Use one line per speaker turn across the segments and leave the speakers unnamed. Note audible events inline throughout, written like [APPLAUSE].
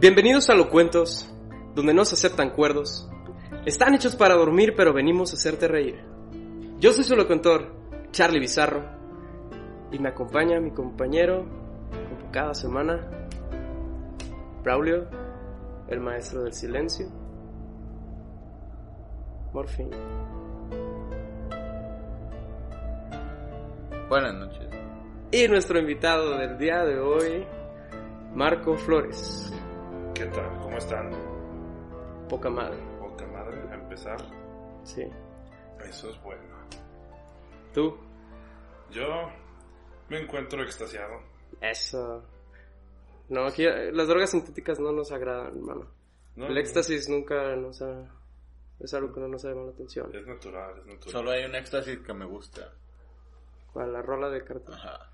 Bienvenidos a Locuentos, donde no se aceptan cuerdos. Están hechos para dormir, pero venimos a hacerte reír. Yo soy su locuentor, Charlie Bizarro, y me acompaña mi compañero, como cada semana, Braulio, el maestro del silencio, Morfín.
Buenas noches.
Y nuestro invitado del día de hoy, Marco Flores.
¿Qué tal? ¿Cómo están?
Poca madre.
Poca madre, a empezar.
Sí.
Eso es bueno.
¿Tú?
Yo me encuentro extasiado.
Eso. No, aquí eh, las drogas sintéticas no nos agradan, hermano.
No,
El éxtasis nunca nos ha... Es algo que no nos ha llamado la atención.
Es natural, es
pues,
natural.
Solo hay un éxtasis que me gusta.
A la rola de cartón.
Ajá.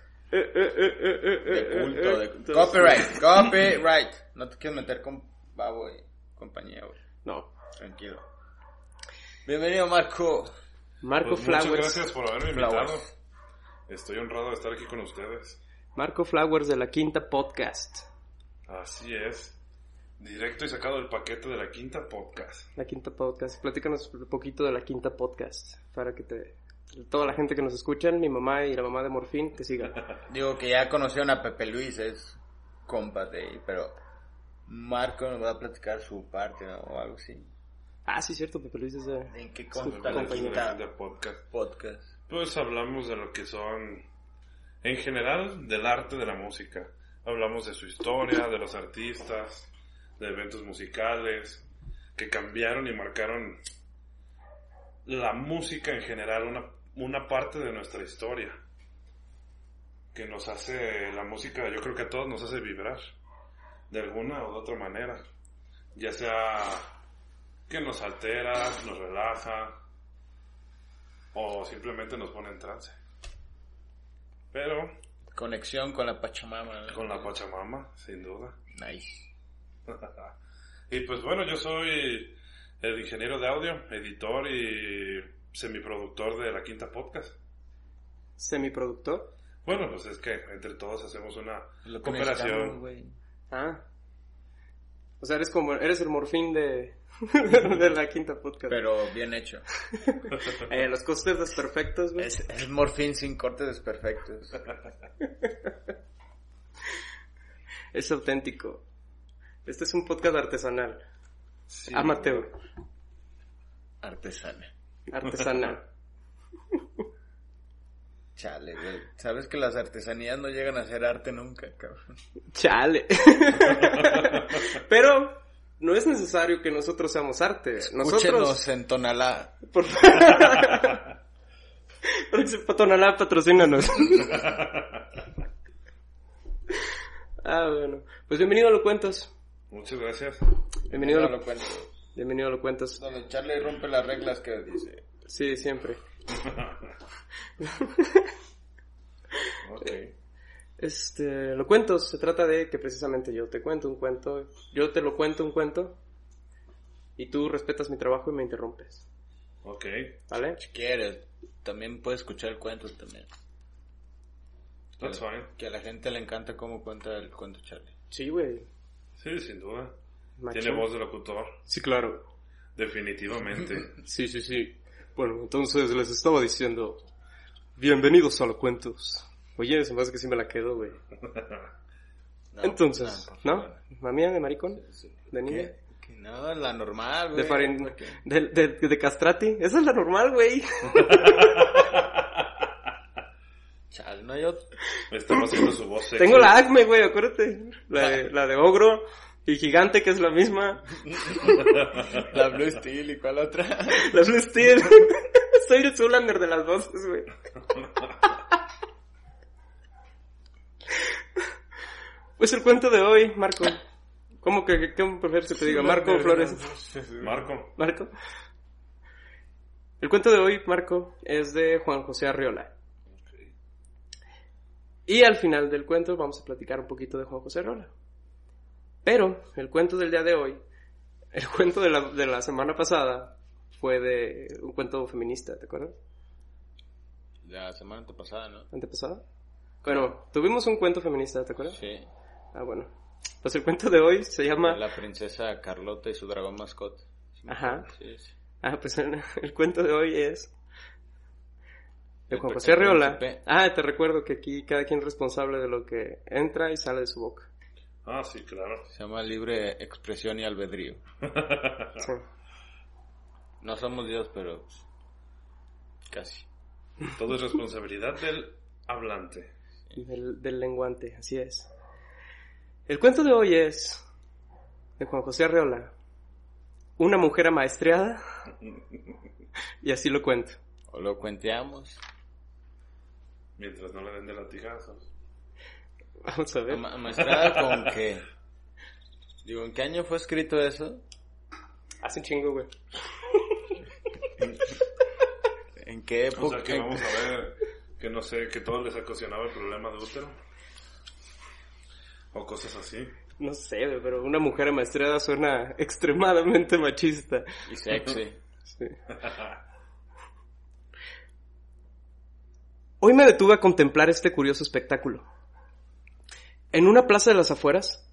[LAUGHS] Eh, eh, eh, eh, eh, eh,
De culto,
eh,
de
eh,
culto. Copyright, copyright. No te quieres meter con babo y compañía, güey.
No.
Tranquilo. Bienvenido, Marco.
Marco
Pues muchas
Flowers.
gracias por haberme invitado.
Flowers.
Estoy honrado de estar aquí con ustedes.
Marco Flowers de la Quinta Podcast.
Así es. Directo y sacado del paquete de la quinta podcast.
La Quinta Podcast. Platícanos un poquito de la Quinta Podcast. Para que te... Toda la gente que nos escucha, mi mamá y la mamá de Morfín, te
[LAUGHS]
sigan.
Digo que ya conocieron a Pepe Luis, es compa de ahí, pero Marco nos va a platicar su parte ¿no? o algo así.
Ah, sí, cierto, Pepe Luis es de...
¿En qué
Su
consta la
compañero.
La
quinta
quinta podcast.
podcast?
Pues hablamos de lo que son, en general, del arte de la música. Hablamos de su historia, de los artistas, de eventos musicales que cambiaron y marcaron la música en general, una, una parte de nuestra historia que nos hace la música, yo creo que a todos nos hace vibrar de alguna o de otra manera, ya sea que nos altera, nos relaja, o simplemente nos pone en trance. Pero
Conexión con la Pachamama. ¿no?
con la Pachamama, sin duda.
Nice.
y pues bueno, yo soy el ingeniero de audio, editor y semiproductor de la Quinta Podcast.
Semiproductor.
Bueno, pues es que entre todos hacemos una
Lo que necesitamos,
cooperación.
güey.
Ah. O sea, eres como, eres el morfín de, [LAUGHS] de la quinta podcast.
Pero bien hecho.
Eh, los costes desperfectos, güey.
Es, es morfín sin cortes desperfectos.
Es auténtico. Este es un podcast artesanal.
Sí.
amateur.
Artesana. [LAUGHS]
Artesanal.
Chale, güey. Sabes que las artesanías no llegan a ser arte nunca, cabrón. [LAUGHS]
Chale. Pero no es necesario que nosotros seamos arte. Nosotros.
Escúchenos en Tonalá.
Por [LAUGHS] favor. Patonalá,
[LAUGHS]
patrocínanos. ah, bueno. Pues bienvenido a Lo Cuentos.
Muchas gracias.
Bienvenido,
No
a
lo
lo...
cuento.
bienvenido a Lo Cuentos.
Donde Charlie rompe las reglas que dice.
Sí, siempre.
Ok.
Este, lo cuentos, se trata de que precisamente yo te cuento un cuento, yo te lo cuento un cuento, y tú respetas mi trabajo y me interrumpes,
Ok.
¿vale?
Si quieres, también puedes escuchar el cuento también.
That's fine.
Que a la gente le encanta cómo cuenta el cuento Charlie.
Sí, güey.
Sí, sin duda.
machín.
Tiene voz de locutor.
Sí, claro.
Definitivamente.
Sí, sí, sí. Bueno, entonces les estaba diciendo, bienvenidos a los cuentos. Oye, se me hace que sí me la quedo, güey.
No,
entonces,
por
¿no?
favor.
¿Mamía de maricón? ¿De niña?
Que, que no, la normal, güey.
De, farin...
Porque-
de, de- de castrati. Esa es la normal, güey.
Chale, no hay otro.
Estaba haciendo su voz sexy.
Tengo la ACME, güey, acuérdate. La de, la de Ogro y Gigante, que es la misma.
[LAUGHS] La Blue Steel y cuál otra. [LAUGHS]
La Blue Steel. [LAUGHS] Soy el Zulander de las voces, güey. [LAUGHS] Pues el cuento de hoy, Marco. ¿Cómo que, que- cómo prefieres que te diga? Marco o Flores.
Marco.
Marco. El cuento de hoy, Marco, es de Juan José Arriola. Y al final del cuento vamos a platicar un poquito de Juan José Arriola. Pero el cuento del día de hoy, el cuento de la, de la semana pasada, fue de un cuento feminista, ¿te acuerdas?
La semana antepasada, ¿no?
Antepasada. Bueno, tuvimos un cuento feminista, ¿te acuerdas?
Sí.
Ah, bueno. Pues el cuento de hoy se llama...
La princesa Carlota y su dragón mascota. Sí, me
Ajá.
acuerdo, Sí, sí.
Ah, pues [LAUGHS] el, el cuento de hoy es de
El
Juan
pr-
José
el
Arreola.
príncipe.
Ah, te recuerdo que aquí cada quien es responsable de lo que entra y sale de su boca.
Ah, sí, claro.
Se llama libre expresión y albedrío.
Sí.
No somos Dios, pero pues, casi.
Todo es responsabilidad del hablante.
Del, del lenguante, así es. El cuento de hoy es de Juan José Arreola. Una mujer
[LAUGHS]
amaestreada. Y así lo cuento.
O lo cuenteamos.
Mientras no le den de latigazos.
Vamos a ver.
Ama- Amaestrada
[LAUGHS]
con que... Digo, ¿en qué año fue escrito eso?
Hace un chingo, güey.
¿En qué época?
O sea que vamos a ver que no sé, que todo les ocasionaba el problema de útero. O cosas así.
No sé, güey, pero una mujer amaestreada suena [LAUGHS] extremadamente machista.
Y sexy.
Sí. Hoy me detuve a contemplar este curioso espectáculo. En una plaza de las afueras,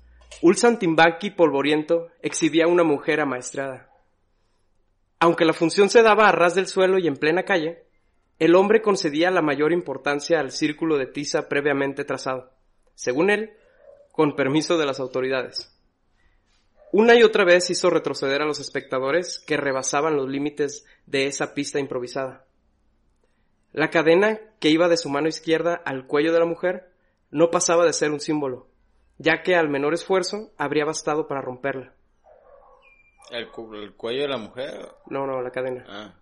un santimbaqui polvoriento exhibía a una mujer amaestrada. Aunque la función se daba a ras del suelo y en plena calle, el hombre concedía la mayor importancia al círculo de tiza previamente trazado, según él, con permiso de las autoridades. Una y otra vez hizo retroceder a los espectadores que rebasaban los límites de esa pista improvisada. La cadena que iba de su mano izquierda al cuello de la mujer no pasaba de ser un símbolo, ya que al menor esfuerzo habría bastado para romperla.
¿El, cu- el cuello de la mujer?
No, no, la cadena.
Ah.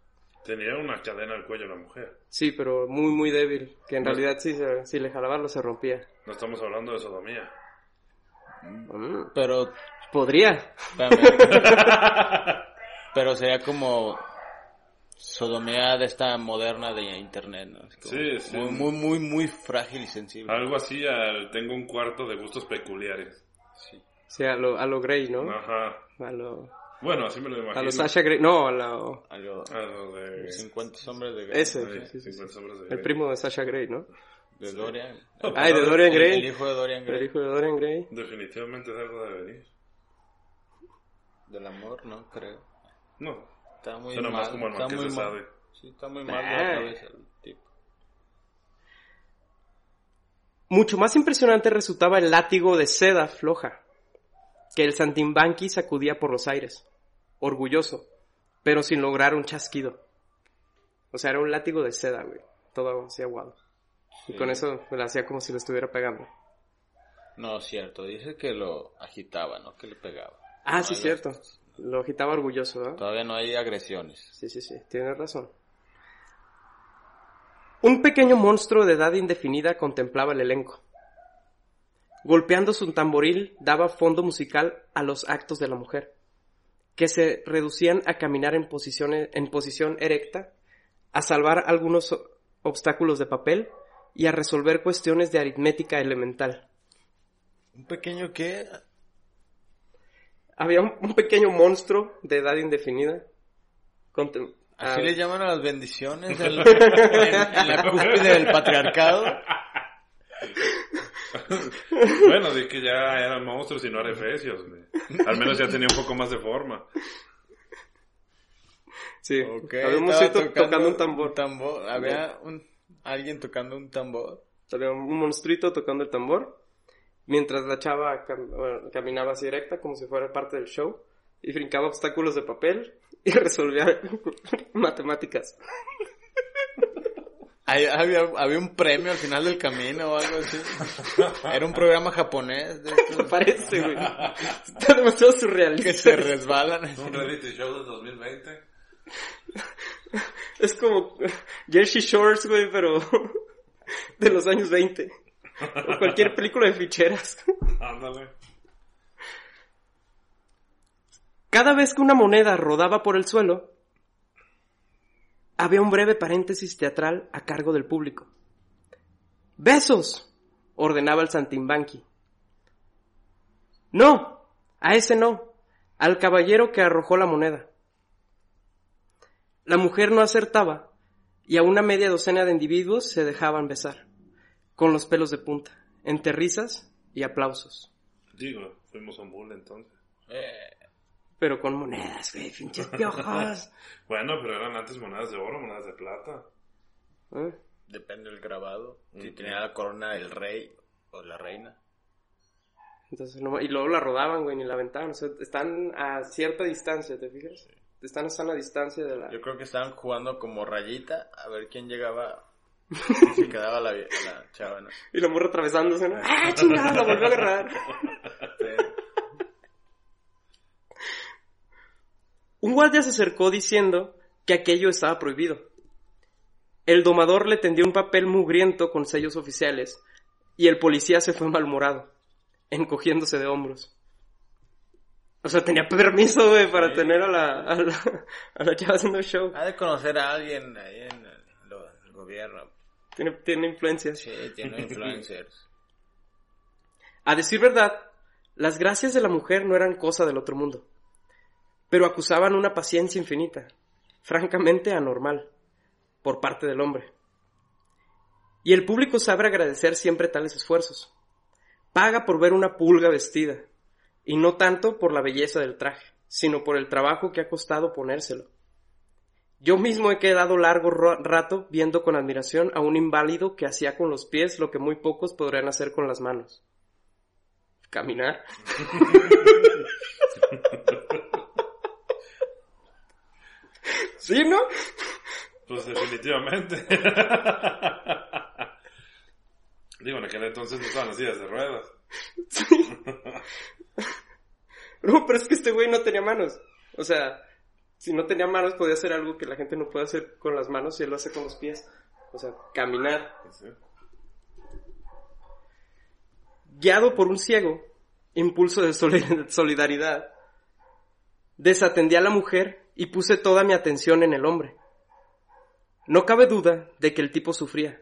Tenía una cadena al cuello la mujer.
Sí, pero muy, muy débil, que en realidad sí, se- si le jalaba lo se rompía.
No estamos hablando de sodomía.
Mm,
Pero...
Podría.
[LAUGHS]
espérame. pero sería como... Sodomía de esta moderna de internet, ¿no? Es como
Sí, sí. Ah.
Muy, muy, muy, muy frágil y sensible.
Algo así al tengo un cuarto de gustos peculiares.
Sí.
O sea, a lo, a lo Grey, ¿no?
Ajá.
A lo,
Bueno, así me lo imagino.
a lo Sasha Grey. No, a lo...
Algo...
A lo de...
50 hombres de...
Ese.
de
sí, sí, sí.
50 sombras de
El
Grey.
primo de Sasha Grey, ¿no?
De Dorian.
Ay, de Dorian
El-
Gray.
El hijo de Dorian
El
Gray.
hijo de Dorian Gray.
Definitivamente es algo de venir.
Del amor, no creo.
No.
Está muy
Suena
mal.
más como el
está
Marqués
muy
de
mal.
Sade.
Sí, está muy mal de la
Ah.
cabeza el tipo.
Mucho más impresionante resultaba el látigo de seda floja, que el Santimbanqui sacudía por los aires, orgulloso, pero sin lograr un chasquido. O sea, era un látigo de seda, güey, todo así aguado. Y
Sí.
con eso me la hacía como si lo estuviera pegando.
No, cierto. Dice que lo agitaba, no que le pegaba.
Ah,
No,
sí,
lo-
cierto. Lo agitaba orgulloso, ¿verdad?
Todavía no hay agresiones.
Sí, sí, sí, tienes razón. Un pequeño monstruo de edad indefinida contemplaba el elenco. Golpeando su tamboril daba fondo musical a los actos de la mujer, que se reducían a caminar en, posiciones- en posición erecta, a salvar algunos o- obstáculos de papel y a resolver cuestiones de aritmética elemental.
¿Un pequeño qué?
Había un, un pequeño monstruo de edad indefinida. contem-
¿Así
ah,
le llaman a las bendiciones al- [LAUGHS] en, en la cúspide del patriarcado?
Bueno, di que ya eran monstruos y no arefecios. güey. Al menos ya tenía un poco más de forma.
ah, sí,
Ok,
había un
estaba
monstruito tocando un tambor.
tambor. Había un, alguien tocando un tambor.
Había un monstruito tocando el tambor, mientras la chava cam- bueno, caminaba así directa, como si fuera parte del show, y brincaba obstáculos de [LAUGHS] papel y resolvía matemáticas.
Ahí había, había un premio al final del camino o algo así. Era un programa japonés de [LAUGHS] estos
Parece, güey. Está demasiado
que
surrealista.
se resbalan.
[LAUGHS] Un reality show del 2020.
[LAUGHS] Es como Jersey Shores, güey, pero [LAUGHS] de los años 20. O cualquier película de ficheras. [LAUGHS]
Ándale.
Cada vez que una moneda rodaba por el suelo, había un breve paréntesis teatral a cargo del público. ¡Besos! ordenaba el Santimbanqui. No, a ese no, al caballero que arrojó la moneda. La mujer no acertaba y a una media docena de individuos se dejaban besar, con los pelos de punta, entre risas y aplausos.
Digo, fuimos a un bull entonces.
Pero con monedas, güey, pinches piojos.
Bueno, pero eran antes monedas de oro, monedas de plata.
¿Eh?
Depende del grabado. Si tenía la corona del rey o la reina.
Entonces, no- y luego la rodaban, güey, ni la aventaban. O sea, están a cierta distancia, ¿te fijas? Están a sana distancia de la...
Yo creo que estaban jugando como rayita a ver quién llegaba y se quedaba la, vie- la chava, ¿no?
Y la morra atravesándose, [LAUGHS] ¿no? ¡Ah, chingada! La volvió a agarrar.
Sí.
Un guardia se acercó diciendo que aquello estaba prohibido. El domador le tendió un papel mugriento con sellos oficiales y el policía se fue malhumorado, encogiéndose de hombros. O sea, tenía permiso, güey, para
Sí.
tener a la, a la, a la chava haciendo show.
Ha de conocer a alguien ahí en el, lo- el gobierno.
Tiene, tiene influencias.
Sí, [LAUGHS] tiene influencers.
A decir verdad, las gracias de la mujer no eran cosa del otro mundo, pero acusaban una paciencia infinita, francamente anormal, por parte del hombre. Y el público sabe agradecer siempre tales esfuerzos. Paga por ver una pulga vestida, y no tanto por la belleza del traje, sino por el trabajo que ha costado ponérselo. Yo mismo he quedado largo ro- rato viendo con admiración a un inválido que hacía con los pies lo que muy pocos podrían hacer con las manos caminar. ¿Sí, no?
Pues definitivamente. [LAUGHS] Digo, en aquel entonces no estaban las sillas de ruedas.
No, pero es que este güey no tenía manos. O sea, si no tenía manos podía hacer algo que la gente no puede hacer con las manos y él lo hace con los pies. O sea, caminar.
Sí.
Guiado por un ciego impulso de soli- [LAUGHS] solidaridad, desatendí a la mujer y puse toda mi atención en el hombre. No cabe duda de que el tipo sufría.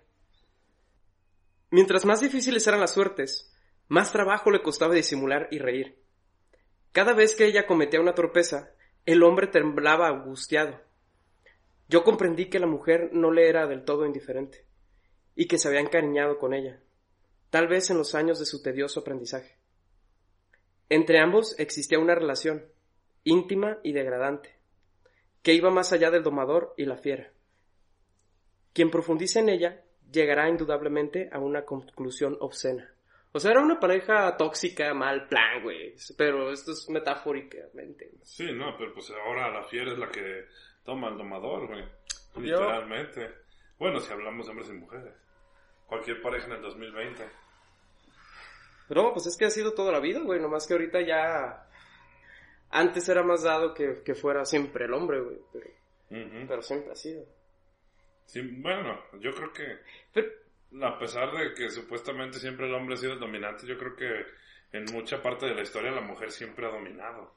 Mientras más difíciles eran las suertes, más trabajo le costaba disimular y reír. Cada vez que ella cometía una torpeza, el hombre temblaba angustiado. Yo comprendí que la mujer no le era del todo indiferente, y que se había encariñado con ella, tal vez en los años de su tedioso aprendizaje. Entre ambos existía una relación, íntima y degradante, que iba más allá del domador y la fiera. Quien profundice en ella llegará indudablemente a una conclusión obscena. O sea, era una pareja tóxica, mal plan, güey. Pero esto es metafóricamente. güey.
Sí, no, pero pues ahora la fiera es la que toma el domador, güey.
Yo-
Literalmente. Bueno, si hablamos de hombres y mujeres. Cualquier pareja en el 2020.
Pero no, pues es que ha sido toda la vida, güey. Nomás que ahorita ya. Antes era más dado que, que fuera siempre el hombre, güey. Pero,
Ujú.
pero siempre ha sido.
Sí, bueno, yo creo que
Pero,
a pesar de que supuestamente siempre el hombre ha sido el dominante, yo creo que en mucha parte de la historia la mujer siempre ha dominado.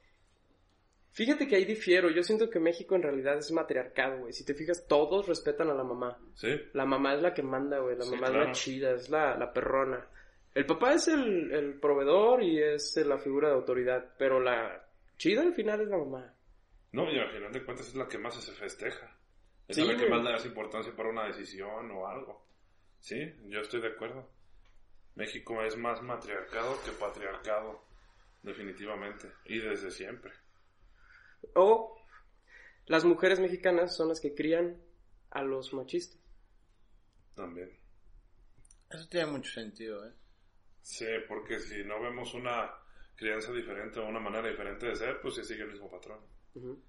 fíjate que ahí difiero. Yo siento que México en realidad es matriarcado, güey. Si te fijas, todos respetan a la mamá.
¿Sí?
La mamá es la que manda, güey. La
Sí,
mamá es
claro.
la chida, es la, la perrona. El papá es el, el proveedor y es la figura de autoridad. Pero la chida al final es la mamá.
No, y al final de cuentas es la que más se festeja. Es
Sí,
a la que
güey.
más le das importancia para una decisión o algo. Sí, yo estoy de acuerdo. México es más matriarcado que patriarcado, definitivamente, y desde siempre.
O las mujeres mexicanas son las que crían a los machistas.
También.
Eso tiene mucho sentido, ¿eh? [LAUGHS]
Sí, porque si no vemos una crianza diferente o una manera diferente de ser, pues se sigue el mismo patrón.
Ujú.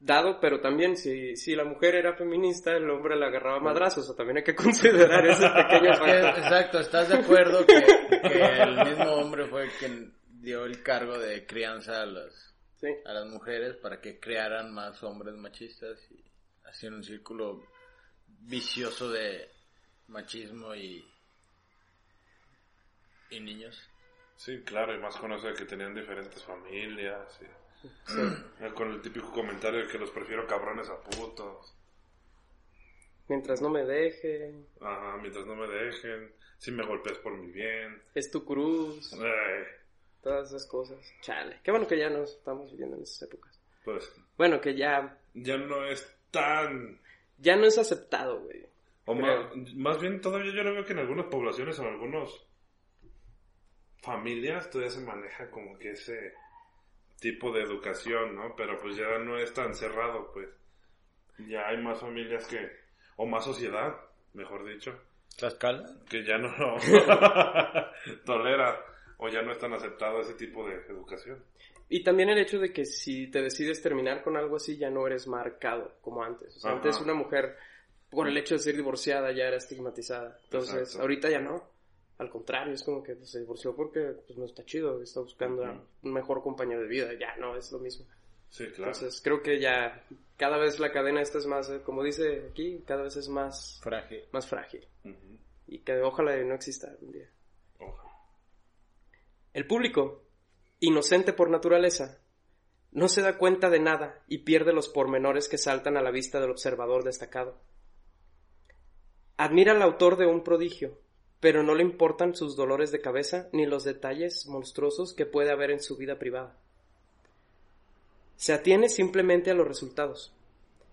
dado, pero también si, si la mujer era feminista, el hombre la agarraba a madrazos, o sea, también hay que [LAUGHS] considerar ese pequeño
[LAUGHS]
Es que,
factor.
exacto, ¿estás de acuerdo que, que el mismo hombre fue quien dio el cargo de crianza a las,
Sí.
a las mujeres para que crearan más hombres machistas y así en un círculo vicioso de machismo y, y niños?
Sí, claro, y más con eso de que tenían diferentes familias. y- Eh, [CLEARS THROAT] Con el típico comentario de que los prefiero cabrones a putos.
Mientras no me deje,
Ajá, mientras no me dejen. Si me golpeas por mi bien.
es tu cruz,
Eh,
todas esas cosas. Chale, qué bueno que ya no estamos viviendo en esas épocas.
pues
Bueno, que ya,
ya no es tan...
ya no es aceptado, güey.
O
Creo.
ma- más, bien todavía yo lo veo que en algunas poblaciones, en algunos familias todavía se maneja como que ese tipo de educación, ¿no? Pero pues ya no es tan cerrado, pues. Ya hay más familias que, o más sociedad, mejor dicho,
¿Tlaxcala?
que ya no [LAUGHS] lo tolera o ya no es tan aceptado ese tipo de educación.
Y también el hecho de que si te decides terminar con algo así, ya no eres marcado como antes. O sea,
Ajá.
antes una mujer, por el hecho de ser divorciada, ya era estigmatizada. Entonces,
Exacto.
ahorita ya no. Al contrario, es como que pues, se divorció porque pues, no está chido, está buscando a
Ujú.
un mejor compañero de vida. Ya no, es lo mismo.
Sí, claro.
Entonces, creo que ya cada vez la cadena esta es más, eh, como dice aquí, cada vez es más,
Frágil.
más frágil.
Ujú.
Y que ojalá no exista algún día.
Ojo.
El público, inocente por naturaleza, no se da cuenta de nada y pierde los pormenores que saltan a la vista del observador destacado. Admira al autor de un prodigio, pero no le importan sus dolores de cabeza ni los detalles monstruosos que puede haber en su vida privada. Se atiene simplemente a los resultados,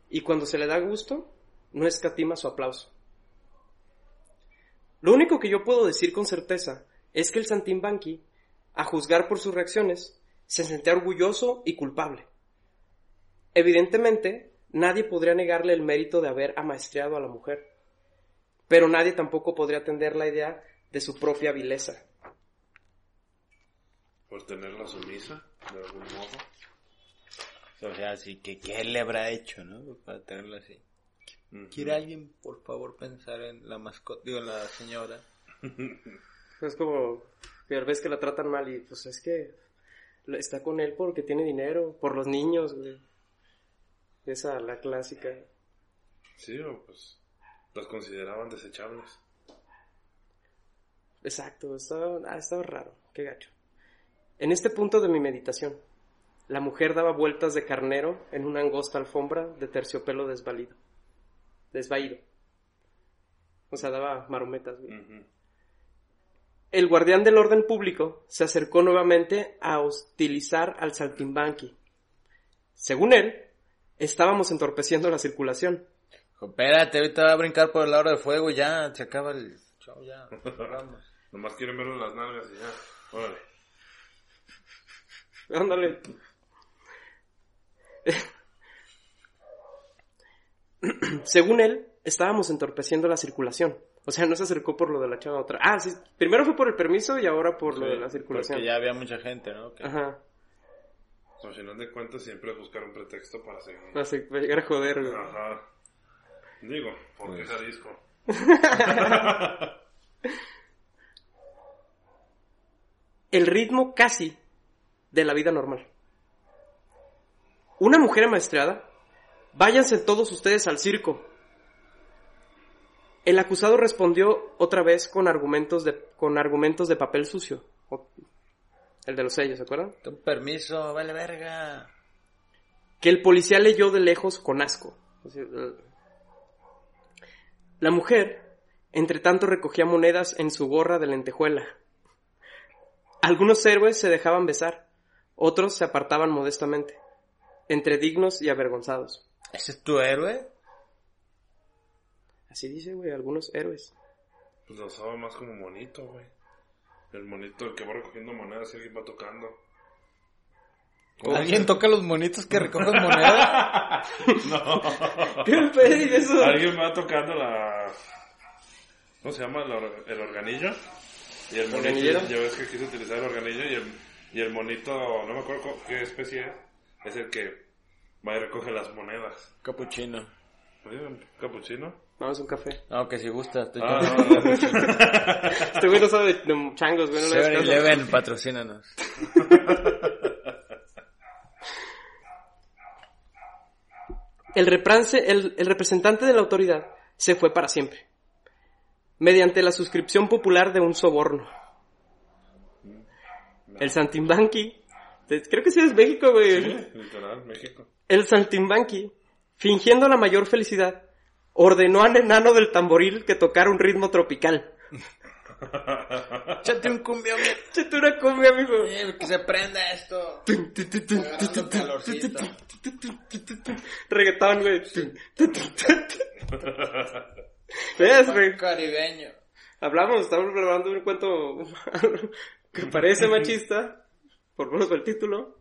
y cuando se le da gusto, no escatima su aplauso. Lo único que yo puedo decir con certeza es que el Santimbanqui, a juzgar por sus reacciones, se sentía orgulloso y culpable. Evidentemente, nadie podría negarle el mérito de haber amaestreado a la mujer, pero nadie tampoco podría atender la idea de su propia vileza.
Por pues, tenerla sumisa, de algún modo.
O sea, así que ¿qué le habrá hecho, no? Para tenerlo así.
Ujú.
¿Quiere alguien, por favor, pensar en la mascota, digo, en la señora?
Es como que ves que la tratan mal y pues es que está con él porque tiene dinero, por los niños, güey. Esa, la clásica.
Sí, o pues las consideraban desechables.
Exacto, estaba, ah, estaba raro, qué gacho. En este punto de mi meditación, la mujer daba vueltas de carnero en una angosta alfombra de terciopelo desvalido. Desvaído. O sea, daba marometas. güey.
Ujú.
El guardián del orden público se acercó nuevamente a hostilizar al saltimbanqui. Según él, estábamos entorpeciendo la circulación.
Dijo, Espérate, ahorita va a brincar por el aro de fuego y ya, se acaba el show, ya. vamos".
Nomás quieren verlo en las nalgas y ya. Órale.
Ándale. Según él, estábamos entorpeciendo la circulación. O sea, no se acercó por lo de la chava otra. Ah, sí. Primero fue por el permiso y ahora por lo de la
Sí,
circulación.
Porque ya había mucha gente, ¿no? Que-
Ajá.
Al final de cuentas siempre es buscar un pretexto para seguir.
No sé, era joder, güey.
Ajá. Digo, porque
Pues.
ese disco.
el ritmo casi de la vida normal. Una mujer amaestrada, váyanse todos ustedes al circo. El acusado respondió otra vez con argumentos de, con argumentos de papel sucio. O- El de los sellos, ¿se acuerdan?
Ten permiso, vale verga.
que el policía leyó de lejos con asco. O sea, eh. La mujer, entre tanto, recogía monedas en su gorra de lentejuela. Algunos héroes se dejaban besar, otros se apartaban modestamente, entre dignos y avergonzados.
¿Ese es tu héroe?
Así dice, güey, algunos héroes.
Pues lo usaba más como monito, güey. El monito el que va recogiendo monedas y alguien va tocando.
¿Alguien toca los monitos que recogen monedas?
[LAUGHS]
no.
¿Qué pedo y eso?
[LAUGHS] alguien va tocando la... ¿Cómo se llama? El, or- el organillo. Y el monito,
¿Organillero?
ya ves que quise utilizar el organillo y el, y el monito, no me acuerdo co- qué especie es, es el que Va y recoge las monedas.
[LAUGHS] Capuchino.
¿Me dio un capuchino?
No, es un café.
No, que si gusta. Estoy
Ah, [LAUGHS] no,
[LAUGHS]
no, no.
Este güey no sabe de, de changos, güey, no le hagas caso.
Eleven, patrocínanos.
El, reprance- el- el representante de la autoridad se fue para siempre. Mediante la suscripción popular de un soborno. El Santimbanqui. te- Creo que sí es México, güey.
Literal, México.
El saltimbanqui, fingiendo la mayor felicidad, ordenó al enano del tamboril que tocara un ritmo tropical.
Échate un cumbión.
Échate una cumbia, amigo.
[LAUGHS] Que se prenda [LAUGHS] esto. Agarrando calorcito.
Reggaetón, güey. ¿Ves, güey?
Caribeño.
Hablamos, estamos grabando un cuento [LAUGHS] que parece machista, por lo menos por el título.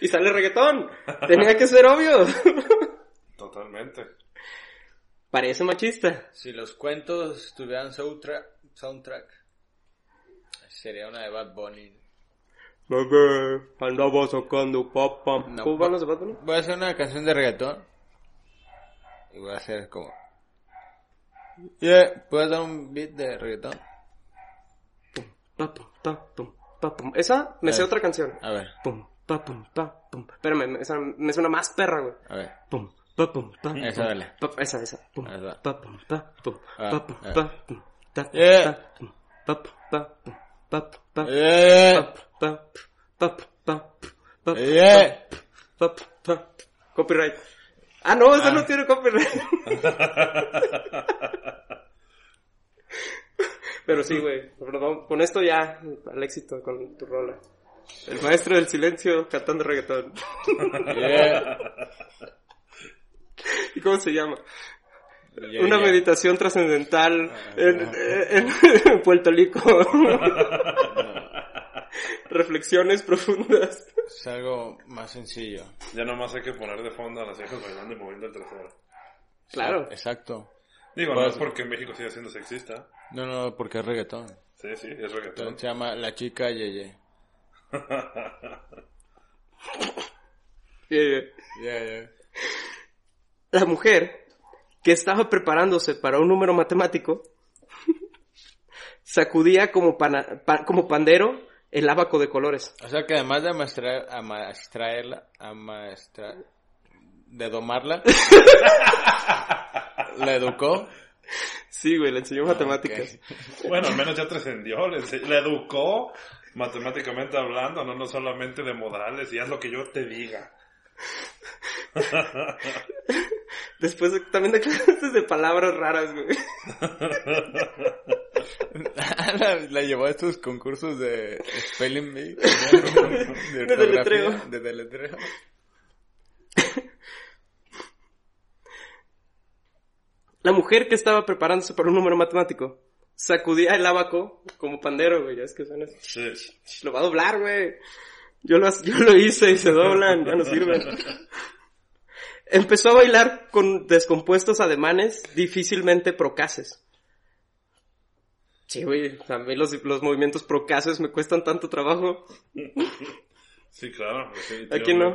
Y sale reggaetón. Tenía que ser obvio. [LAUGHS]
Totalmente.
Parece machista.
Si los cuentos tuvieran soundtrack, soundtrack sería una de Bad Bunny.
Bebé, andaba sacando papa.
No.
¿Cómo van los zapatos? no?
Voy a hacer una canción de reggaetón. Y voy a hacer como... Yeah, ¿puedes dar un beat de reggaetón?
Pum, pa, pum, pa, pum, pa, pum. Esa me sé
Eh.
otra canción.
A ver,
Pum, pa, pum, pa, pum. Espérame, me- esa me suena más perra, güey.
a ver.
Pum, pa, pum, pa, pum,
Esa dale.
pa, esa, esa. Pum,
Ahí va.
pa, pum, pa, pum,
Ah,
pa, pum,
eh.
pa, pum, ta, ta,
Yeah.
ta, pum, pa, pum, pa, pum, pa, pum, pa,
Yeah,
pa, pum, pa, pum, pa, pum, pa, pum,
Eh. yeah.
pa, pum, pa, pum. Copyright. Ah, no, esa no tiene
[LAUGHS]
copyright. Pero sí, güey. perdón, Con esto ya al éxito con tu rola. El maestro del silencio cantando reggaetón. [LAUGHS]
yeah,
¿Y cómo se llama?
[LAUGHS] yeah,
Una
yeah.
meditación trascendental en, en- en Puerto [LAUGHS] Rico. Reflexiones profundas.
Es algo más sencillo.
Ya nomás hay que poner de fondo a las hijas bailando y moviendo el trasero.
Claro.
Exacto.
Digo, no
Pues-
es porque México siga siendo sexista.
No, no, porque es reggaetón.
Sí, sí, es reggaetón.
Entonces se llama La Chica Yeye.
Eh,
Yeah, yeah.
La mujer, que estaba preparándose para un número matemático, sacudía como, pana- pa- como pandero el abaco de colores.
O sea que además de amaestrar, amaestrarla, amaestra, de domarla,
[LAUGHS]
la educó. [LAUGHS]
Sí, güey, le enseñó matemáticas.
Bueno, al menos ya trascendió, le, ense- le educó matemáticamente hablando, no, no solamente de modales y haz lo que yo te diga.
Después de- también de [LAUGHS] clases de palabras raras, güey.
la, la llevó a estos concursos de
[LAUGHS]
Spelling Bee. De,
De deletreo.
ortografía, De deletreo.
La mujer que estaba preparándose para un número matemático sacudía el abaco como pandero, güey. Ya es que suena así.
Sí.
Lo va a doblar, güey. Yo lo, yo lo hice y se doblan, ya no sirven. Empezó a bailar con descompuestos ademanes difícilmente procaces. Sí, güey, a mí los, los movimientos procaces me cuestan tanto trabajo.
[LAUGHS] Sí, claro. definitivamente.
Aquí no.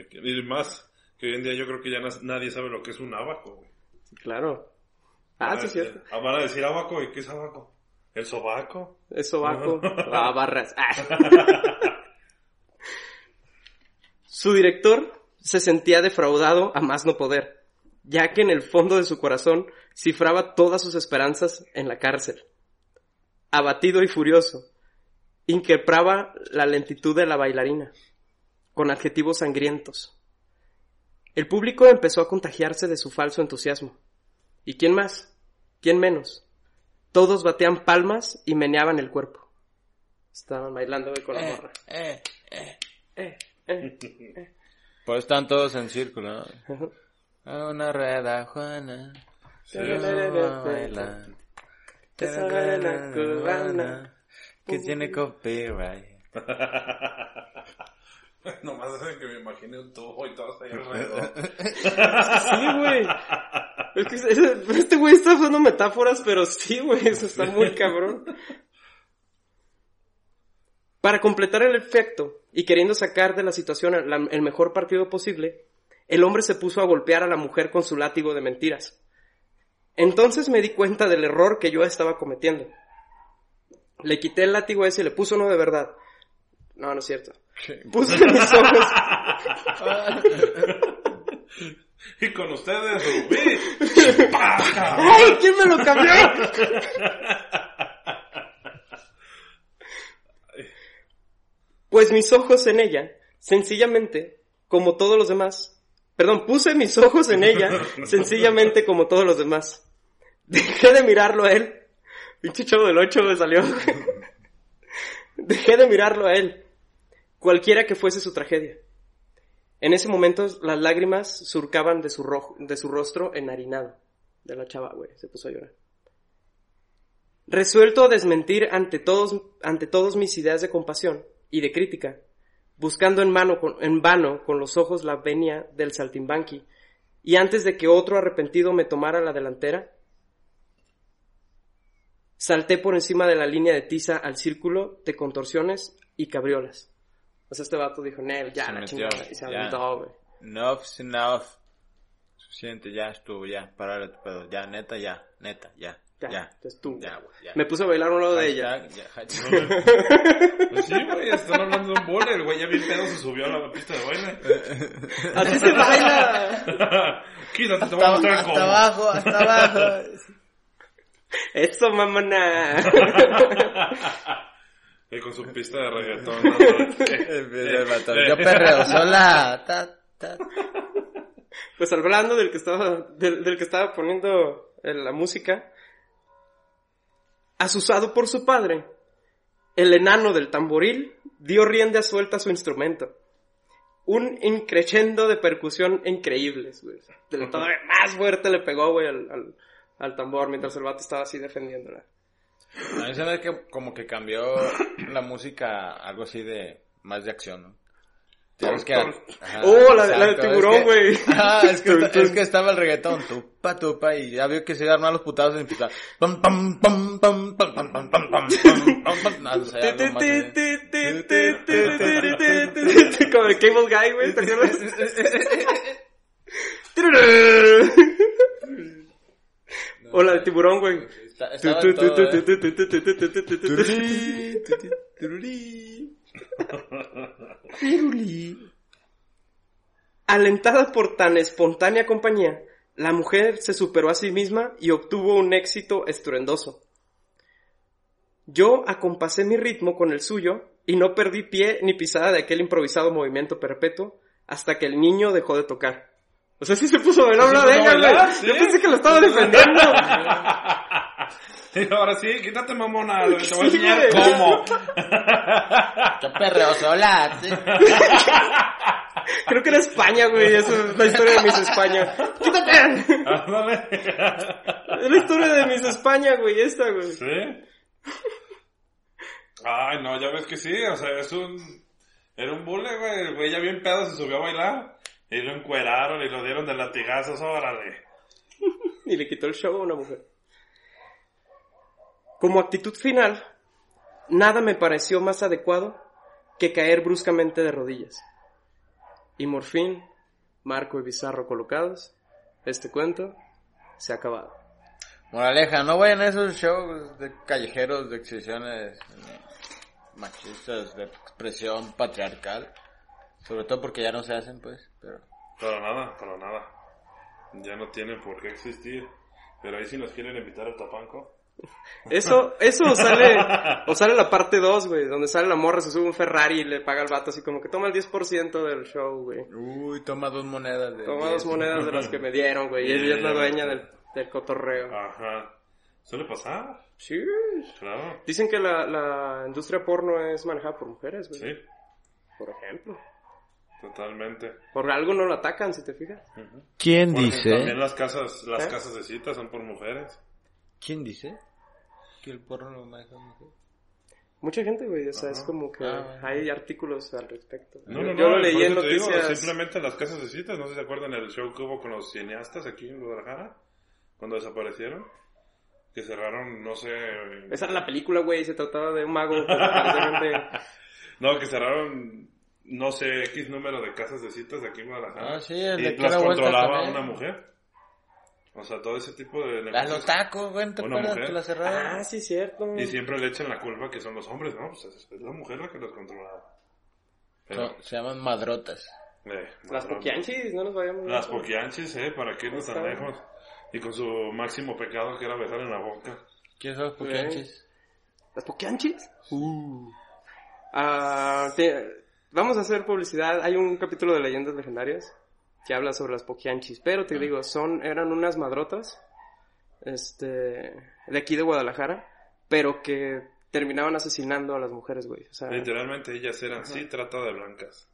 Aquí- Y más, que hoy en día yo creo que ya nas- nadie sabe lo que es un abaco. güey.
Sí, claro. Ah, sí, es cierto.
Ah, Van a decir abaco, ¿y qué es abaco? ¿El sobaco?
Es sobaco. Ah, barras. Ah. Su director se sentía defraudado a más no poder, ya que en el fondo de su corazón cifraba todas sus esperanzas en la cárcel. Abatido y furioso, inquebraba la lentitud de la bailarina, con adjetivos sangrientos. El público empezó a contagiarse de su falso entusiasmo. ¿Y quién más? ¿Quién menos? Todos batean palmas y meneaban el cuerpo. Estaban bailando güey, con la
Eh,
morra.
eh.
Eh, eh.
Pues están todos en círculo, ¿no? A una rueda, Juana.
Sí.
Te vamos a bailar.
Te sabana cubana.
Que tiene copyright.
[LAUGHS] Nomás hacen que me imagine un tubo y todo [LAUGHS] ahí alrededor.
Sí, güey. Es que ese- este güey está usando metáforas, pero sí, güey, eso está muy cabrón. Para completar el efecto y queriendo sacar de la situación el- la- el mejor partido posible, el hombre se puso a golpear a la mujer con su látigo de mentiras. Entonces me di cuenta del error que yo estaba cometiendo. Le quité el látigo ese y le puse uno de verdad. No, no es cierto. Puse mis ojos.
Y con ustedes, Rubí.
¡Ay, quién me lo cambió! Pues mis ojos en ella, sencillamente, como todos los demás. Perdón, puse mis ojos en ella, sencillamente como todos los demás. Dejé de mirarlo a él. Pinche chavo del 8 me salió. Dejé de mirarlo a él, cualquiera que fuese su tragedia. En ese momento las lágrimas surcaban de su, rojo, de su rostro enharinado. De la chava, güey, se puso a llorar. Resuelto a desmentir ante todos, ante todos mis ideas de compasión y de crítica, buscando en, mano con- en vano con los ojos la venia del saltimbanqui, y antes de que otro arrepentido me tomara la delantera, salté por encima de la línea de tiza al círculo de contorsiones y cabriolas. O sea, este vato dijo, Nel, ya,
Se
la
metió,
chingada", y se
ya.
aventó, güey.
Enough is enough. Suficiente, ya estuvo, ya. Parar de tu pedo. Ya, neta, ya. Neta, ya.
Ya,
Ya.
ya estuvo.
Ya, güey, ya.
Me puse a bailar a un lado de ella.
Hashtag, ya, [LAUGHS] hashtag.
Pues sí, güey, están hablando de un bola. El güey ya bien pedo se subió a la pista de
[LAUGHS]
baile.
Así se baila.
Quítate, te voy a
hasta,
mostrar
hasta
cómo.
abajo, hasta abajo.
Eso, mamona.
Y con su pista de reggaetón.
[LAUGHS]
Empieza [LAUGHS] el vato, Yo perreo sola. Ta, ta.
Pues hablando del que estaba, del, del que estaba poniendo eh, la música, asusado por su padre, el enano del tamboril dio rienda suelta a su instrumento. Un increchendo de percusión increíbles, güey. De lo todavía más fuerte le pegó, güey, al, al- al tambor mientras el vato estaba así defendiéndola.
A mí se me hace que como que cambió la música, algo así de más de acción, ¿no? Sabes que- ajá,
Oh, la de- la de
exacto, es
tiburón,
que- [LAUGHS]
güey.
Ah, es que,
Tum,
esta- es
tum.
que estaba el reggaetón, tupa, tupa, y ya vio que se iban a armar los putados en pista. Pam, pam, pam, pam, pam, pam, pam, pam, pam, pam, pam, pam. No, o sea, algo más de-
Como el Cable Guy, güey. ¿te acuerdas? O la de tiburón, güey.
Está- estaba en todo, ¿eh? Tururí, tururí, tururí.
Alentada por tan espontánea compañía, la mujer se superó a sí misma y obtuvo un éxito estruendoso. Yo acompasé mi ritmo con el suyo y no perdí pie ni pisada de aquel improvisado movimiento perpetuo hasta que el niño dejó de tocar. O sea, sí se puso a bailar,
Sí se
una
puso a
verga,
bailar,
güey.
sí.
Yo pensé que lo estaba
[LAUGHS]
defendiendo.
Y ahora sí, quítate, mamona. güey, Te voy a
Sí,
enseñar
güey.
cómo.
Yo perreo sola. sí.
Creo que era España, güey. Esa es la historia de mis España.
[LAUGHS]
¡Quítate!
Ándale.
Es la historia de mis España, güey. Esta, güey.
¿Sí? Ay, no, ya ves que sí, o sea, es un... Era un bule, güey, el güey ya bien pedo se subió a bailar y lo encueraron y lo dieron de latigazos, órale.
Y le quitó el show a una mujer. Como actitud final, nada me pareció más adecuado que caer bruscamente de rodillas. Y Morfín, Marco y Bizarro colocados, este cuento se ha acabado.
Moraleja, no vayan a esos shows de callejeros de exhibiciones eh, machistas, de expresión patriarcal. Sobre todo porque ya no se hacen, pues. Pero
Para nada, para nada. Ya no tienen por qué existir. Pero ahí sí nos quieren invitar al Tapanco.
Eso, eso o sale, o sale la parte 2, güey, donde sale la morra, se sube un Ferrari y le paga al vato así como que toma el 10% del show, güey.
Uy, toma dos monedas. De
Toma
diez.
dos monedas de las que me dieron, güey, y ella es la dueña del, del
Ah.
cotorreo.
Ajá. Suele pasar,
Sí.
claro.
Dicen que la, la industria porno es manejada por mujeres, güey.
Sí,
Por ejemplo.
totalmente.
Por algo no la atacan, si te fijas.
¿Quién
Bueno, También
dice?
las casas, las
¿Eh?
casas de citas son por mujeres.
¿Quién dice? Que el porno lo maneja una mujer.
Mucha gente, güey, o sea, es como que
Ah, bueno.
hay artículos al respecto.
No, no, no,
Yo lo
por
leí en
eso te digo,
noticias.
simplemente las casas de citas, no sé si se acuerdan el show que hubo con los cineastas aquí en Guadalajara, cuando desaparecieron, que cerraron, no sé...
[LAUGHS]
Esa era la película, güey, se trataba de un mago. que aparentemente-
No, que cerraron no sé X número de casas de citas aquí en Guadalajara.
Ah, sí, el
y
de
las
Queda Vuelta
controlaba
también.
una mujer. O sea, todo ese tipo de
Las los
negocios.
tacos, güey, ¿te
Una
acuerdas
mujer.
que la cerraron?
Ah, sí, cierto.
Y siempre le echan la culpa que son los hombres, ¿no? Pues es, es la mujer la que los controlaba. Pero,
Son- se llaman madrotas.
eh,
Las
no, no.
poquianchis, no nos vayamos.
Las poquianchis, ¿eh? ¿Para qué irnos tan
Está.
lejos? Y con su máximo pecado que era besar en la boca.
¿Quiénes son los poquianchis?
¿Las poquianchis?
Uh.
Ah, te- vamos a hacer publicidad. Hay un capítulo de Leyendas Legendarias que habla sobre las poquianchis, pero
Ah.
te digo, son, eran unas madrotas, este, de aquí de Guadalajara, pero que terminaban asesinando a las mujeres, güey. O sea,
Literalmente ellas eran sí trata de blancas.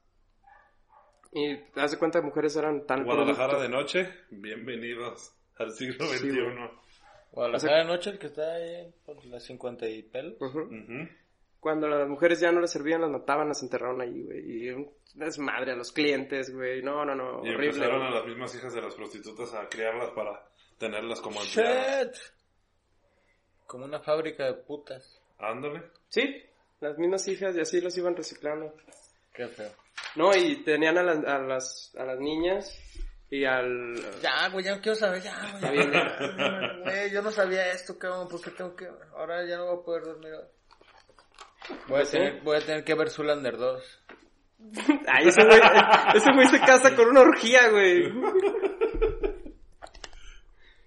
y haz de cuenta, mujeres eran tan
Guadalajara
producto.
de noche, bienvenidos al siglo
Sí,
XXI.
güey.
Guadalajara de noche, el que está ahí por las 50 y pelo.
Ujú.
Ujú.
Cuando las mujeres ya no les servían, las mataban, las enterraron ahí, güey. Y un desmadre a los clientes, güey. No, no, no.
Y
horrible.
empezaron
güey.
a las mismas hijas de las prostitutas a criarlas para tenerlas como empleadas.
¡Shit! Como una fábrica de putas.
Ándale. [LAUGHS]
Sí, las mismas hijas y así los iban reciclando.
Qué feo.
No, y tenían a las, a las, a las niñas y al...
Ya, güey, ya no quiero saber, ya, güey.
Está bien,
ya, [LAUGHS] güey, yo no sabía esto, cabrón, porque tengo que... Ahora ya no voy a poder dormir. Voy a
¿Sí?
tener, voy a tener que ver Zulander 2.
Ay, ese güey, ese güey se casa con una orgía, güey.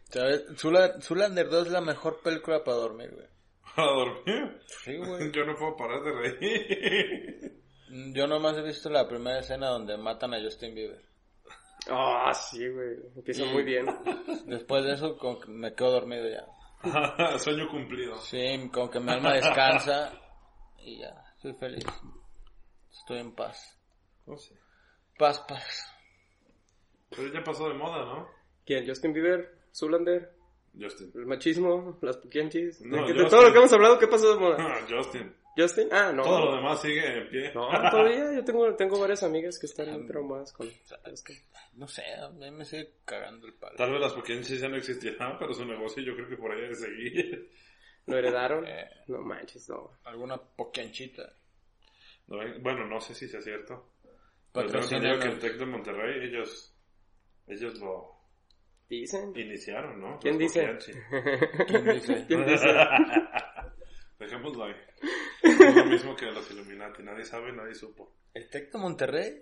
¿Sabes? Zula- Zulander 2 es la mejor película para dormir, güey.
A dormir.
Sí, güey.
Yo no puedo parar de reír. [LAUGHS]
Mm, Yo nomás he visto la primera escena donde matan a Justin Bieber.
Ah, sí, güey. Empieza muy bien.
Después de eso, como que me quedo dormido ya.
Sueño cumplido.
Sí, como que mi alma descansa y ya, soy feliz. Estoy en paz.
No sé.
Paz, paz.
Pero ya pasó de moda, ¿no?
¿Quién? Justin Bieber, Zulander,
Justin. [LAUGHS]
el machismo, las puquianchis.
No,
de, de
Justin.
todo lo que hemos hablado, ¿qué pasó de moda?
Ah, Justin.
¿Justin? Ah, no.
Todo lo demás sigue en pie.
No,
[LAUGHS]
todavía yo tengo, tengo varias amigas que están muy traumadas con Justin.
No sé, a mí me sigue cagando el palo.
Tal vez las poquianchis ya no existirán, [LAUGHS] pero su negocio yo creo que por ahí ha de seguir. [LAUGHS]
¿Lo heredaron?
Eh.
No manches, no.
Alguna poquianchita.
¿No ven? Bueno, no sé si sea cierto. Pero tengo entendido
Patrocina.
que el Tec de Monterrey, ellos, ellos lo [LAUGHS]
Dicen.
iniciaron, ¿no?
¿Quién
Los
dice? [LAUGHS]
Poquianchis.
¿Quién dice?
¿Quién dice?
Dejémoslo ahí. Es lo mismo que los Illuminati. Nadie sabe, nadie supo.
¿El Tec de Monterrey?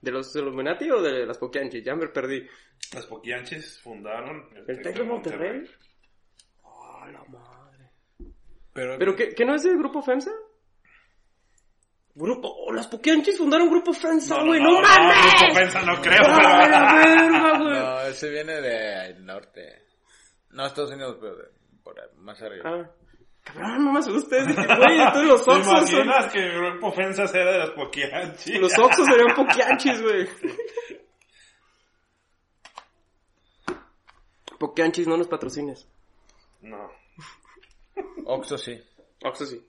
¿De los Illuminati o de las Poquianchis? Ya me perdí.
Las Poquianches fundaron
¿El Tec de Monterrey? Oh, la madre.
Pero,
¿Pero qué, qué no es de Grupo FEMSA? Grupo... Oh, las Poquianchis fundaron Grupo FEMSA,
Ah,
güey. ¡No, mames! Ah,
No, Pensa, no
[LAUGHS]
creo,
¡A
pero...
la verga, güey!
No, ese viene del norte. No, Estados Unidos, pero de- por ahí, más arriba.
[LAUGHS] Ah. Cabrón, no me asustes. Dije, Güey, entonces [LAUGHS] los
¿Te
Oxos son...
imaginas que el grupo Fensas era de las Poquianchis?
Los Oxos serían Poquianchis, güey. [LAUGHS] Poquianchis, no nos patrocines.
No. Ah.
Oxo sí.
Oxos sí.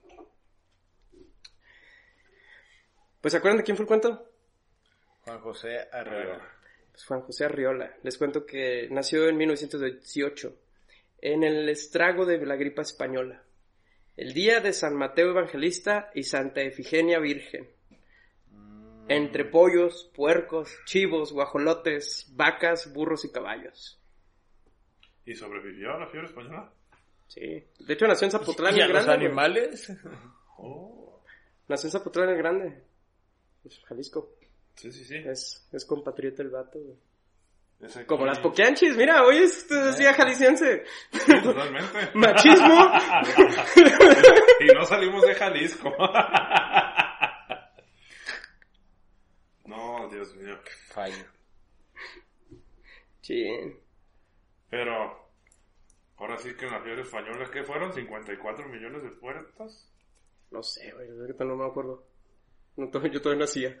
Pues, ¿se acuerdan de quién fue el cuento?
Juan José Arreola.
Pues Juan José Arriola. Les cuento que nació en 1918, en el estrago de la gripa española, el día de San Mateo Evangelista y Santa Efigenia Virgen.
Mm.
Entre pollos, puercos, chivos, guajolotes, vacas, burros y caballos.
¿Y sobrevivió a la fiebre española?
Sí. De hecho, nació en Zapotlán
¿Y a
el
los
Grande. güey.
animales?
Oh.
Nació en Zapotlán el Grande. Pues, Jalisco.
Sí, sí, sí.
Es, es compatriota el vato, güey.
Ese
Como
aquí-
las poquianchis, mira, hoy es, es día jalisciense.
Totalmente.
[LAUGHS]
[LAUGHS]
Machismo.
y no salimos de Jalisco. [LAUGHS] no, Dios mío.
Fallo.
Chin.
Pero ahora sí que en la fiebre española, ¿qué fueron? ¿54 millones de puertas?
No sé, güey, ahorita no me acuerdo. No, [LAUGHS] to- yo todavía no hacía.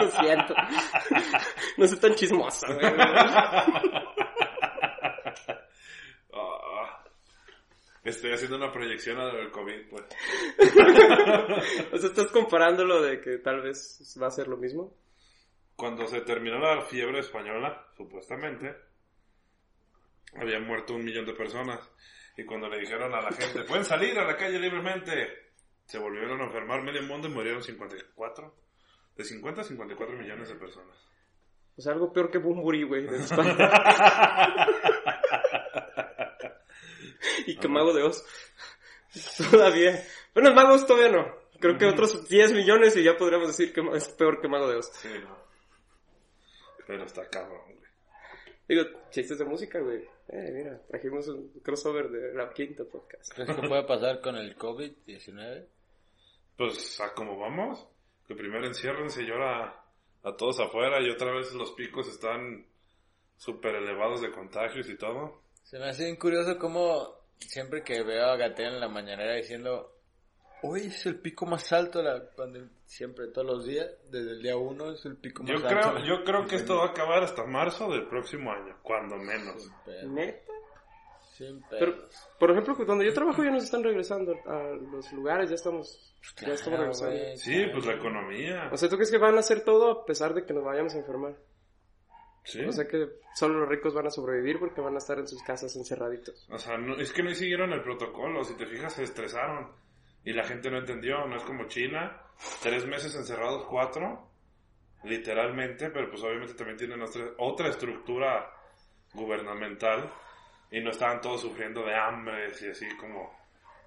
Lo siento. [LAUGHS] No soy tan chismosa, güey.
Ah, estoy haciendo una proyección a lo del COVID, pues.
O sea, estás comparando lo de que tal vez va a ser lo mismo.
Cuando se terminó la fiebre española, supuestamente, habían muerto un millón de personas. Y cuando le dijeron a la gente, pueden salir a la calle libremente, se volvieron a enfermar medio mundo y murieron 54. De 50 a 54 millones de personas.
O sea, algo peor que Bumburi, güey. de España. [LAUGHS] y que Mago de Oz. Todavía. Bueno, Mago de Oz todavía no. Creo que otros 10 millones y ya podríamos decir que es peor que Mago de Oz.
Sí, no. Pero está cabrón, güey.
Digo, chistes de música, güey. Eh, mira, trajimos un crossover de la quinta podcast.
¿Crees que puede pasar con el COVID-19?
Pues a como vamos, que primero enciérrense y ahora a todos afuera y otra vez los picos están súper elevados de contagios y todo.
Se me hace bien curioso como siempre que veo a Gatel en la mañanera diciendo, hoy es el pico más alto de la pandemia, siempre, todos los días, desde el día uno es el pico más
Yo
alto.
creo, yo creo que esto va a acabar hasta marzo del próximo año, cuando menos.
Sin pedos,
Neta.
sin
Pero,
pedos.
por ejemplo, donde yo trabajo ya nos están regresando a los lugares, ya estamos, ya estamos
Claro,
regresando.
güey,
Sí,
claro.
pues la economía.
O sea, ¿tú crees que van a hacer todo a pesar de que nos vayamos a enfermar?
Sí.
O sea que solo los ricos van a sobrevivir porque van a estar en sus casas encerraditos.
O sea, no- es que no siguieron el protocolo. Si te fijas, se estresaron. Y la gente no entendió. No es como China. Tres meses encerrados, cuatro. Literalmente. Pero pues obviamente también tienen otra, otra estructura gubernamental. Y no estaban todos sufriendo de hambre. Y así como,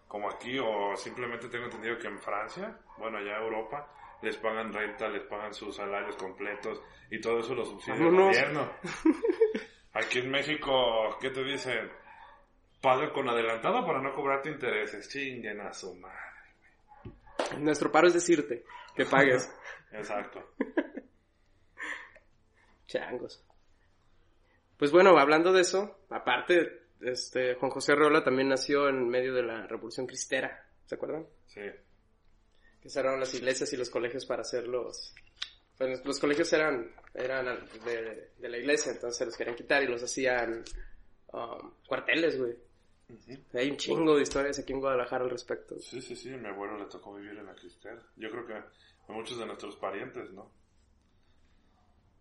como aquí. O simplemente tengo entendido que en Francia. Bueno, allá en Europa. Les pagan renta, les pagan sus salarios completos. Y todo eso lo subsidia el
Vámonos.
gobierno. Aquí en México, ¿qué te dicen? Paga con adelantado para no cobrarte intereses. Chinguen a su madre.
Nuestro paro es decirte que pagues.
Exacto.
Changos. Pues bueno, hablando de eso, aparte, este, Juan José Arreola también nació en medio de la Revolución Cristera, ¿se acuerdan?
Sí.
Que cerraron las iglesias y los colegios para hacerlos... Bueno, los colegios eran, eran al- de, de la iglesia, entonces se los querían quitar y los hacían um, cuarteles, güey. Hay un chingo de historias aquí en Guadalajara al respecto.
Sí, sí, sí. Mi abuelo le tocó vivir en la cristera. Yo creo que a muchos de nuestros parientes, ¿no?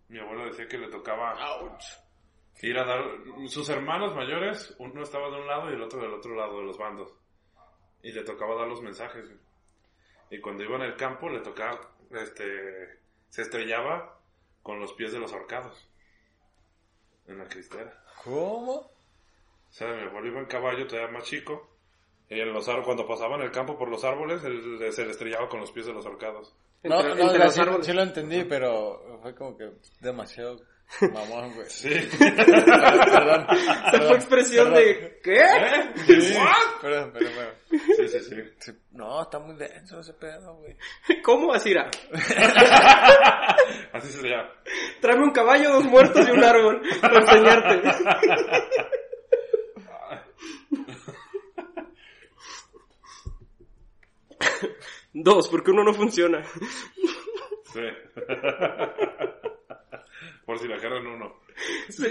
Mi abuelo decía que le tocaba
Ouch.
ir a dar... Sus hermanos mayores, uno estaba de un lado y el otro del otro lado de los bandos. Y le tocaba dar los mensajes. Y cuando iba en el campo le tocaba... Este, se estrellaba con los pies de los ahorcados. En la cristera.
¿Cómo?
O sea, mi abuelo iba en caballo, todavía más chico. Y en los ár- cuando pasaban el campo por los árboles, él- él se le estrellaba con los pies de los ahorcados.
No,
Entre-
no,
entre
o sea,
los
sí,
árboles.
sí lo entendí, pero fue como que
[LAUGHS]
demasiado mamón, güey.
[LAUGHS] Sí.
Ah, Perdón. ¿Eh?
Esa fue expresión de... ¿Qué?
Sí, perdón, pero bueno.
Sí, sí, sí.
Sí, No, está muy denso ese pedo, güey.
¿Cómo así era?
Así se estrellaba.
Tráeme un caballo, dos muertos y un árbol para
[LAUGHS]
enseñarte. Dos, porque uno no funciona.
Sí. [LAUGHS] Por si la agarran uno.
Sí.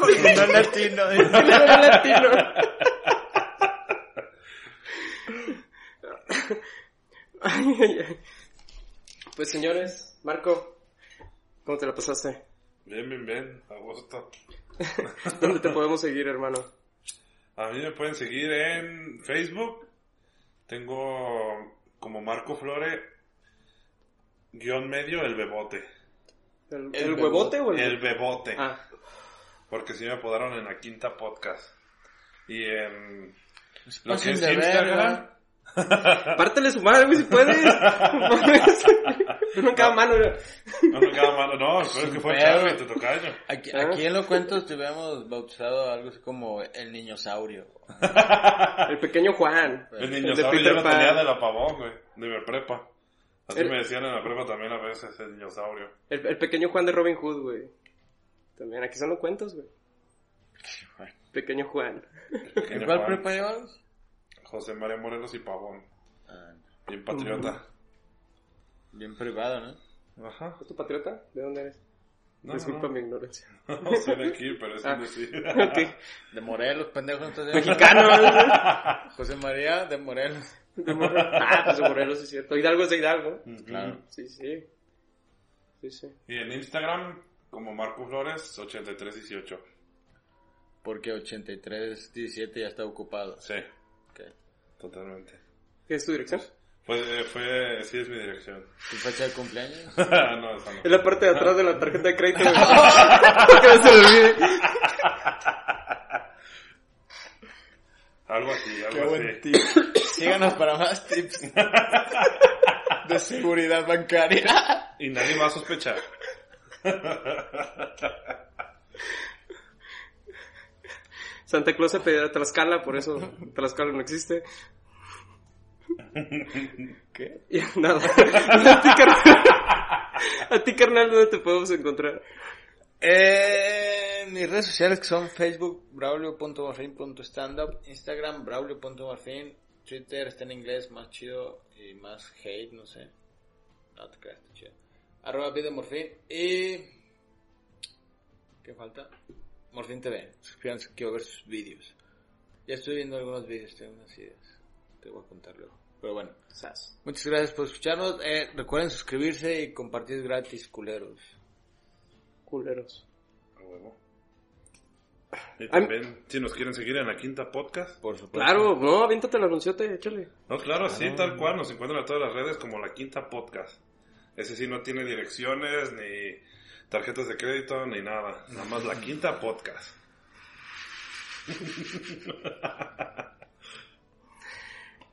No latino. dice.
Era latino. Ay, ay, ay. Pues señores, Marco, ¿cómo te la pasaste?
Bien, bien, bien. A gusto.
¿Dónde te podemos seguir, hermano?
A mí me pueden seguir en Facebook. Tengo como Marco Flore, guión medio, el bebote.
¿El,
El
el huevote o el...?
El bebote.
Ah,
Porque sí me apodaron en la quinta podcast. Y en lo que
Pasen
es
Pues de
Instagram.
verga.
pártele su madre, güey, si [LAUGHS] puedes. Uno en cada mano. mira.
No me queda malo, no, pero es que fue
Sin pedo.
Charlie, te tocayo.
Aquí,
Ah.
aquí en los cuentos tuvimos bautizado algo así como el niño saurio.
El pequeño Juan.
El
de
niño saurio yo
Peter
lo
Pan.
tenía de la pavón, güey, de mi prepa. Así
El-
me decían en la prepa también a veces, el dinosaurio.
El, el pequeño Juan de Robin Hood, güey. También, aquí son los cuentos, güey. Pequeño Juan.
¿En
Pequeño
cuál
Juan,
prepa llevamos?
José María Morelos y pavón.
Ah, no.
Bien patriota.
Bien privado, ¿no?
Ajá.
¿Es tu patriota? ¿De dónde eres?
No,
Disculpa
no.
mi [LAUGHS] ignorancia.
[LAUGHS] No sé de aquí, pero es
Ah.
un decir.
Ok.
De Morelos, pendejo. Entonces,
Mexicano,
[LAUGHS] José María de Morelos.
¿no? De Morelos. Ah, pues de Morelos, sí es cierto. Hidalgo es de Hidalgo.
Claro.
Sí, sí. Sí, sí.
[LAUGHS] Y en Instagram, como Marco Flores, 8318.
Porque 83, 17 ya está ocupado.
Sí,
Ok.
totalmente.
¿Qué es tu dirección?
Pues eh, fue, sí es mi dirección.
¿Tu fecha de
[LAUGHS]
cumpleaños?
no, esa no.
Es la parte de atrás de la tarjeta de [LAUGHS] crédito. que no se le olvide.
Algo así, algo
Qué buen
así.
tip. [LAUGHS] Síganos para más tips [LAUGHS] de seguridad bancaria.
Y nadie va a
[LAUGHS]
sospechar.
Santa Claus se pidió a Tlaxcala, por eso Tlaxcala no existe.
¿Qué?
[LAUGHS] Y nada. a ti, carnal. A ti, carnal, ¿dónde te podemos encontrar?
Eh, mis redes sociales que son Facebook, braulio.marfin.standup, Instagram, braulio.marfin, Twitter está en inglés, más chido y más hate, no sé. No te creas, está chido. Arroba vida morfin y... ¿Qué falta? Morfin TV, suscríbanse, quiero ver sus vídeos. Ya estoy viendo algunos vídeos, tengo unas ideas. Te voy a contar luego. Pero bueno,
Sas.
muchas gracias por escucharnos. Eh, recuerden suscribirse y compartir gratis, culeros.
Culeros.
A huevo. Y también, si nos quieren seguir en la quinta podcast.
Por supuesto. Ah.
Claro, no, aviéntate el anunciote, échale.
No, claro, sí, tal cual. Nos encuentran en todas las redes como la quinta podcast. Ese sí no tiene direcciones, ni tarjetas de crédito, ni nada. Nada más la quinta podcast.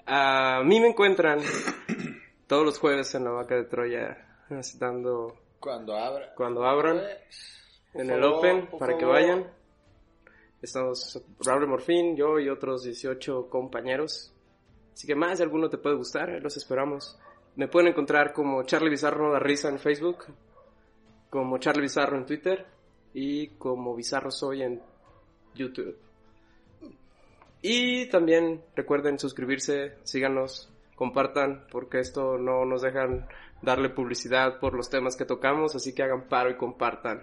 A mí me encuentran todos los jueves en la vaca de Troya, dando
Cuando abra.
cuando abran
Pues,
en el
favor,
Open
Eh, por
para que
favor.
vayan. Estamos Raúl Morfín, yo y otros 18 compañeros. Así que más de alguno te puede gustar, eh, los esperamos. Me pueden encontrar como Charlie Bizarro No da risa en Facebook, como Charlie Bizarro en Twitter y como Bizarro Soy en YouTube. Y también recuerden suscribirse, síganos, compartan, porque esto no nos dejan darle publicidad por los temas que tocamos, así que hagan paro y compartan.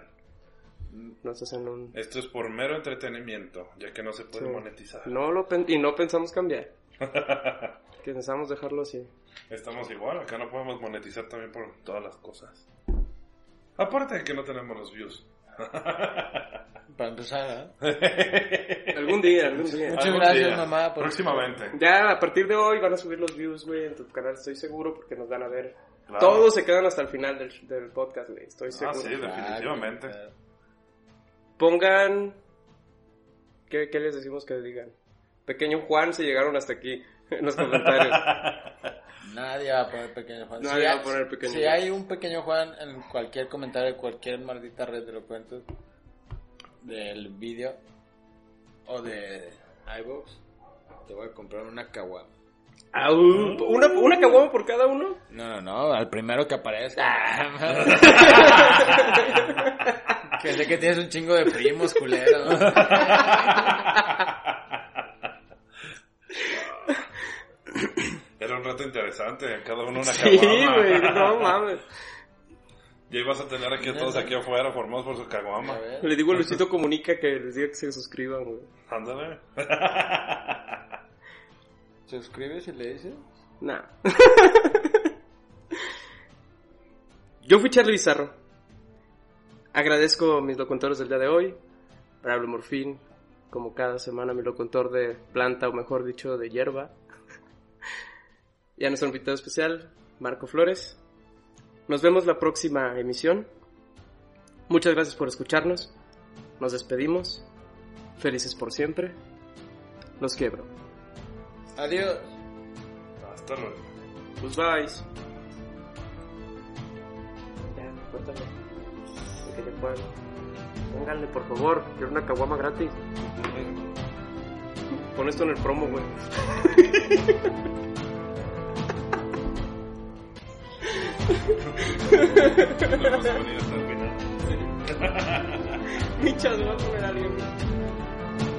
Nos hacen un...
Esto es por mero entretenimiento, ya que no se puede
Sí.
monetizar.
No lo pen- y no pensamos
[LAUGHS]
cambiar. Que Pensamos dejarlo así.
Estamos igual, acá no podemos monetizar también por todas las cosas. Aparte de que no tenemos los views.
[LAUGHS]
Para empezar, ¿eh?
Algún día, algún día.
Muchas
Algún
gracias,
día.
mamá, por-
Próximamente.
Ya a partir de hoy van a subir los views, güey, en tu canal, estoy seguro, porque nos van a ver.
Claro.
Todos se quedan hasta el final del, del podcast, güey, estoy
Ah,
seguro.
sí, definitivamente.
Pongan... ¿Qué, qué les decimos que digan? Pequeño Juan, si llegaron hasta aquí [LAUGHS] en los comentarios.
Nadie va a poner pequeño Juan.
Nadie va a poner pequeño
si
Juan.
hay un pequeño Juan en cualquier comentario, de cualquier maldita red de los cuentos, del vídeo o de iVoox, te voy a comprar una caguama.
Au. Ah, ¿Una, una caguama por cada uno?
No, no, no, al primero que aparezca. [LAUGHS] que sé que tienes un chingo de primos, culero.
Era un rato interesante, cada uno
[LAUGHS]
una
Sí,
caguama.
güey, no mames.
[LAUGHS] Ya ibas a tener aquí a todos aquí afuera formados por su
A
caguama.
ver.
Le digo a Luisito Comunica que les diga que se suscriban, güey.
Ándale. [LAUGHS]
¿Suscribes y le dices?
Nah. [LAUGHS] Yo fui Charlie Bizarro. Agradezco a mis locutores del día de hoy. Pablo Morfín, como cada semana mi locutor de planta, o mejor dicho, de hierba. Y a nuestro invitado especial, Marco Flores. Nos vemos la próxima emisión. Muchas gracias por escucharnos. Nos despedimos. Felices por siempre. Los quiebro.
Adiós.
Hasta luego.
[LAUGHS] Pues vais. Ya, cuéntame. Que ya puedan. Pónganle, por favor. Quiero una caguama gratis. Pon esto en el promo, güey.
No hemos venido hasta el final.
Michas, voy a comer a alguien. güey.